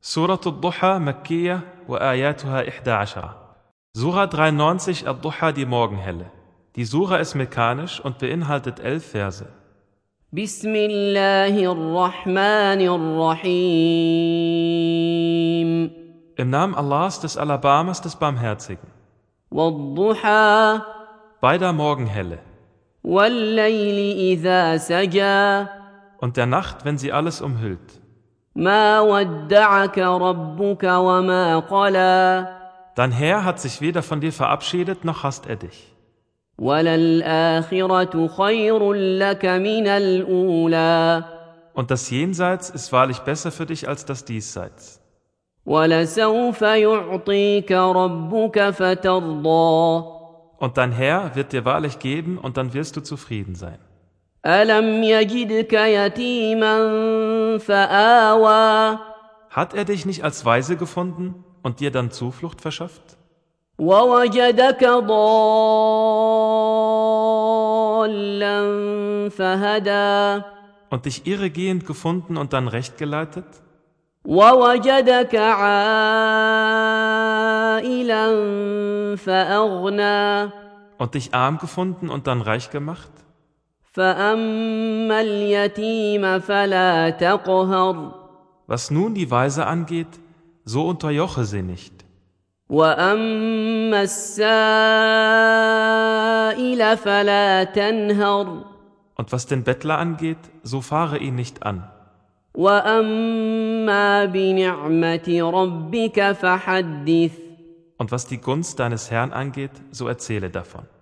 Surah Al-Duha Makkiyah wa ayatuha 11. Surah 93 Al-Duha die Morgenhelle. Die Surah ist mekanisch und beinhaltet elf Verse. بسم الله الرحمن الرحيم Im Namen Allahs des Alabamas des Barmherzigen. والضحى Bei der Morgenhelle والليل إذا سجى und der Nacht, wenn sie alles umhüllt. ما ودعك ربك وما قلى Dein Herr hat sich weder von dir verabschiedet, noch hasst er dich. وللآخرة خير لك من الأولى Und das Jenseits ist wahrlich besser für dich als das Diesseits. ولسوف يعطيك ربك فترضى Und dein Herr wird dir wahrlich geben, und dann wirst du zufrieden sein. ألم يجدك يتيما فآوى Hat er dich nicht als Weise gefunden und dir dann Zuflucht verschafft? ووجدك ضالا فهدى Und dich irregehend gefunden und dann recht geleitet? ووجدك عائلا فأغنى Und dich arm gefunden und dann reich gemacht? فأما اليتيم فلا تقهر Was nun die Weise angeht, so unterjoche sie nicht. وأما السائل فلا تنهر Und was den Bettler angeht, so fahre ihn nicht an. واما بنعمه ربك فحدث Und was die Gunst deines Herrn angeht, so erzähle davon.